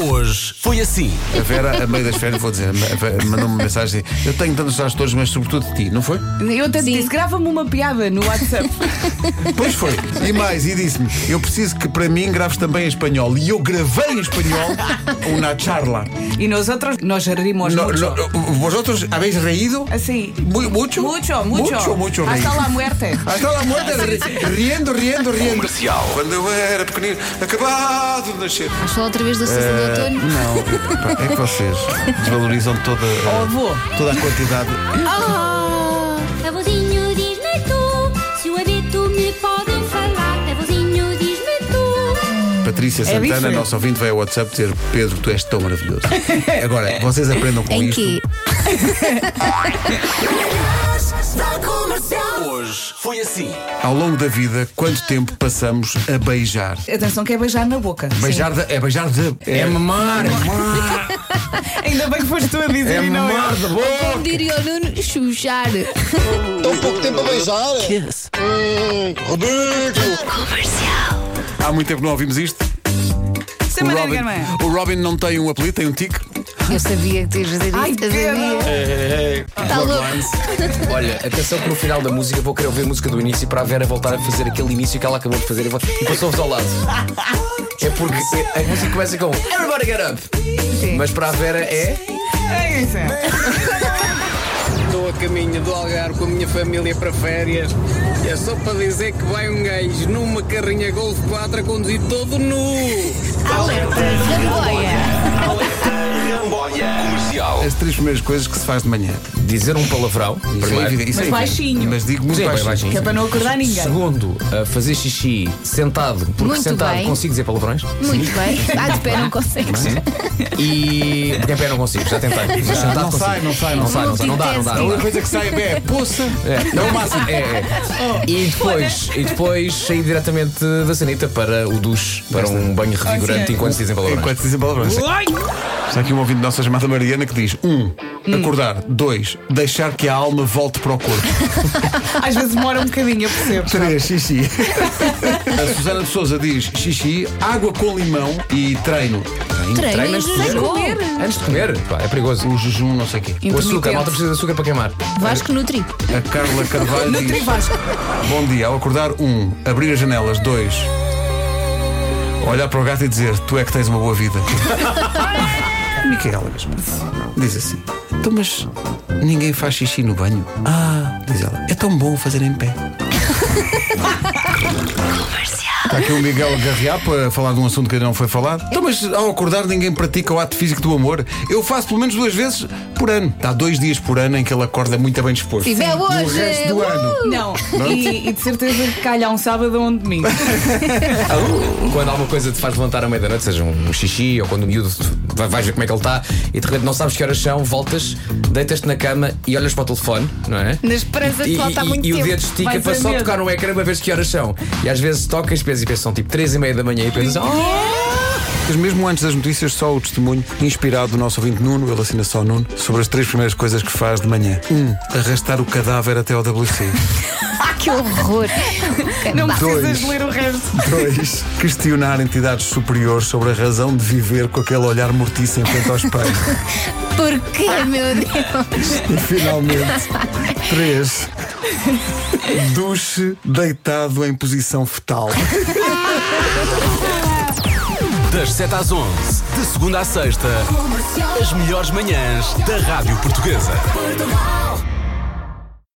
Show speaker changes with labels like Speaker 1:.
Speaker 1: Hoje foi assim.
Speaker 2: A Vera, a meio das férias, vou dizer, a Vera mandou-me uma mensagem assim, eu tenho tantos gestores, mas sobretudo de ti, não foi?
Speaker 3: Eu até te
Speaker 4: Sim.
Speaker 3: disse, grava-me uma piada no WhatsApp.
Speaker 2: Pois foi. E mais, e disse-me, eu preciso que para mim graves também em espanhol. E eu gravei em espanhol uma charla.
Speaker 3: e nós outros, nós rimos
Speaker 2: No,
Speaker 3: muito.
Speaker 2: no, vosotros habéis reído?
Speaker 3: Assim.
Speaker 2: Mu- Mucho?
Speaker 3: Mucho, mucho.
Speaker 2: Mucho, mucho reído.
Speaker 3: Hasta la muerte.
Speaker 2: Hasta la muerte, ri- riendo, riendo, riendo.
Speaker 1: Comercial.
Speaker 2: Quando eu era pequenino, acabado de nascer.
Speaker 4: Acho lá outra vez da estação de outono.
Speaker 2: Não, é que vocês desvalorizam toda,
Speaker 3: Oh, avô.
Speaker 2: toda a quantidade.
Speaker 5: Ah, avôzinho, diz-me é tu se o adeto me podem falar. Avôzinho, diz-me é tu.
Speaker 2: Patrícia Santana,
Speaker 3: diferente.
Speaker 2: nosso ouvinte, vai ao WhatsApp dizer Pedro, tu és tão maravilhoso. Agora, vocês aprendam com
Speaker 4: Em
Speaker 2: isto.
Speaker 4: que?
Speaker 1: Hoje foi assim.
Speaker 2: Ao longo da vida, quanto tempo passamos a beijar?
Speaker 3: Atenção que é beijar na boca.
Speaker 2: Beijar da- é beijar de. É mamar!
Speaker 3: Ainda bem que foste tu a dizer
Speaker 2: É
Speaker 3: e não eu.
Speaker 2: mamar de boca!
Speaker 4: Como diria o Nuno, chuchar.
Speaker 6: Tão pouco tempo a beijar.
Speaker 1: Kiss.
Speaker 6: Hum, ridículo.
Speaker 2: Há muito tempo que não ouvimos isto.
Speaker 3: Sem
Speaker 2: O
Speaker 3: maneira
Speaker 2: Robin,
Speaker 3: nenhuma.
Speaker 2: o Robin não tem um apelido, tem um tique.
Speaker 4: Eu sabia que tu ias fazer isto.
Speaker 3: Ai,
Speaker 4: eu sabia. Está Tá louco.
Speaker 7: Olha, atenção que no final da música vou querer ouvir a música do início para a Vera voltar a fazer aquele início que ela acabou de fazer e vou- e passou-vos ao lado. É porque a a música começa com Everybody Get Up! Mas para a Vera é.
Speaker 3: É isso.
Speaker 8: Estou a caminho do Algarve com a minha família para férias. E é só para dizer que vai um gajo numa carrinha Golf 4 a conduzir todo nu.
Speaker 4: Tá
Speaker 1: Comercial.
Speaker 2: As três primeiras coisas que se faz de manhã.
Speaker 7: Dizer um palavrão.
Speaker 2: Isso é
Speaker 7: primeiro.
Speaker 2: evidente. Isso
Speaker 3: Mas
Speaker 2: é evidente.
Speaker 3: baixinho.
Speaker 2: Mas digo muito
Speaker 7: Sim,
Speaker 2: baixinho.
Speaker 7: baixinho.
Speaker 3: Que é para não acordar ninguém.
Speaker 7: Segundo, a fazer xixi sentado, porque
Speaker 4: Muito
Speaker 7: sentado
Speaker 4: bem.
Speaker 7: consigo dizer palavrões.
Speaker 4: Muito bem. Ah, de pé não consegues.
Speaker 7: E. Porque em pé não consigo, já tentei. Mas sentado
Speaker 2: não
Speaker 7: consigo.
Speaker 2: sai, não sai, não
Speaker 7: Não sai, não sai. Não dá, não dá.
Speaker 2: A
Speaker 7: Não dá.
Speaker 2: única coisa que sai é poça.
Speaker 7: É, é o máximo. É, é.
Speaker 4: Oh,
Speaker 7: E depois, e depois saí diretamente da sanita para o duche, para um banho revigorante
Speaker 3: sim.
Speaker 7: enquanto se dizem palavrões.
Speaker 2: Enquanto dizem palavrões. Está aqui um ouvinte nossa chamada Mariana que diz: um, acordar. dois, Deixar que a alma volte para o corpo.
Speaker 3: Às vezes demora um bocadinho, eu percebo.
Speaker 2: três, Xixi. A Susana de Souza diz: xixi, água com limão e treino. Treino,
Speaker 4: Treino
Speaker 2: treinas
Speaker 4: sem
Speaker 2: primeiro?
Speaker 4: comer.
Speaker 7: Antes de comer, pá, é perigoso.
Speaker 2: O jejum, não sei o quê.
Speaker 7: O açúcar, a malta precisa de açúcar para queimar.
Speaker 4: Vasco Nutri.
Speaker 2: A Carla Carvalho diz: Bom dia. Ao acordar, um, abrir as janelas. dois, Olhar para o gato e dizer: Tu é que tens uma boa vida. Micaela mesmo. Diz assim: Então, mas ninguém faz xixi no banho? Ah, diz ela: É tão bom fazer em pé. Está aqui o Miguel Garriapa a falar de um assunto que ainda não foi falado. Então, mas ao acordar, ninguém pratica o ato físico do amor. Eu faço pelo menos duas vezes por ano. Há dois dias por ano em que ele acorda muito bem disposto.
Speaker 4: Sim, é
Speaker 2: No
Speaker 4: hoje.
Speaker 2: resto do
Speaker 4: Uh!
Speaker 2: ano.
Speaker 3: Não, e, e de certeza que calha um sábado ou um domingo.
Speaker 4: Oh.
Speaker 7: Quando alguma coisa te faz levantar à meia-noite, seja um xixi ou quando o miúdo te- vai- vais ver como é que ele está e de repente não sabes que horas são, voltas, deitas-te na cama e olhas para o telefone, não é?
Speaker 4: Na esperança
Speaker 7: E,
Speaker 4: de faltar
Speaker 7: e-
Speaker 4: muito
Speaker 7: e o
Speaker 4: tempo.
Speaker 7: dedo estica
Speaker 3: Vais
Speaker 7: para
Speaker 3: a
Speaker 7: só
Speaker 3: medo.
Speaker 7: tocar no ecrã para ver que horas são. E às vezes tocas, pensas e pensas, são tipo 3 e meia da manhã e pensas, oh,
Speaker 2: Mas mesmo antes das notícias, só o testemunho inspirado do nosso ouvinte Nuno, ele assina só Nuno, sobre as três primeiras coisas que faz de manhã. Um, arrastar o cadáver até ao WC.
Speaker 4: Que horror.
Speaker 3: Não
Speaker 2: Dois.
Speaker 3: precisas de ler o resto.
Speaker 2: Dois, questionar entidades superiores sobre a razão de viver com aquele olhar mortiço em frente ao espelho.
Speaker 4: Porquê, meu Deus?
Speaker 2: E finalmente, três, duche deitado em posição fetal.
Speaker 1: Das 7 às 11, de segunda à sexta, as melhores manhãs da Rádio Portuguesa.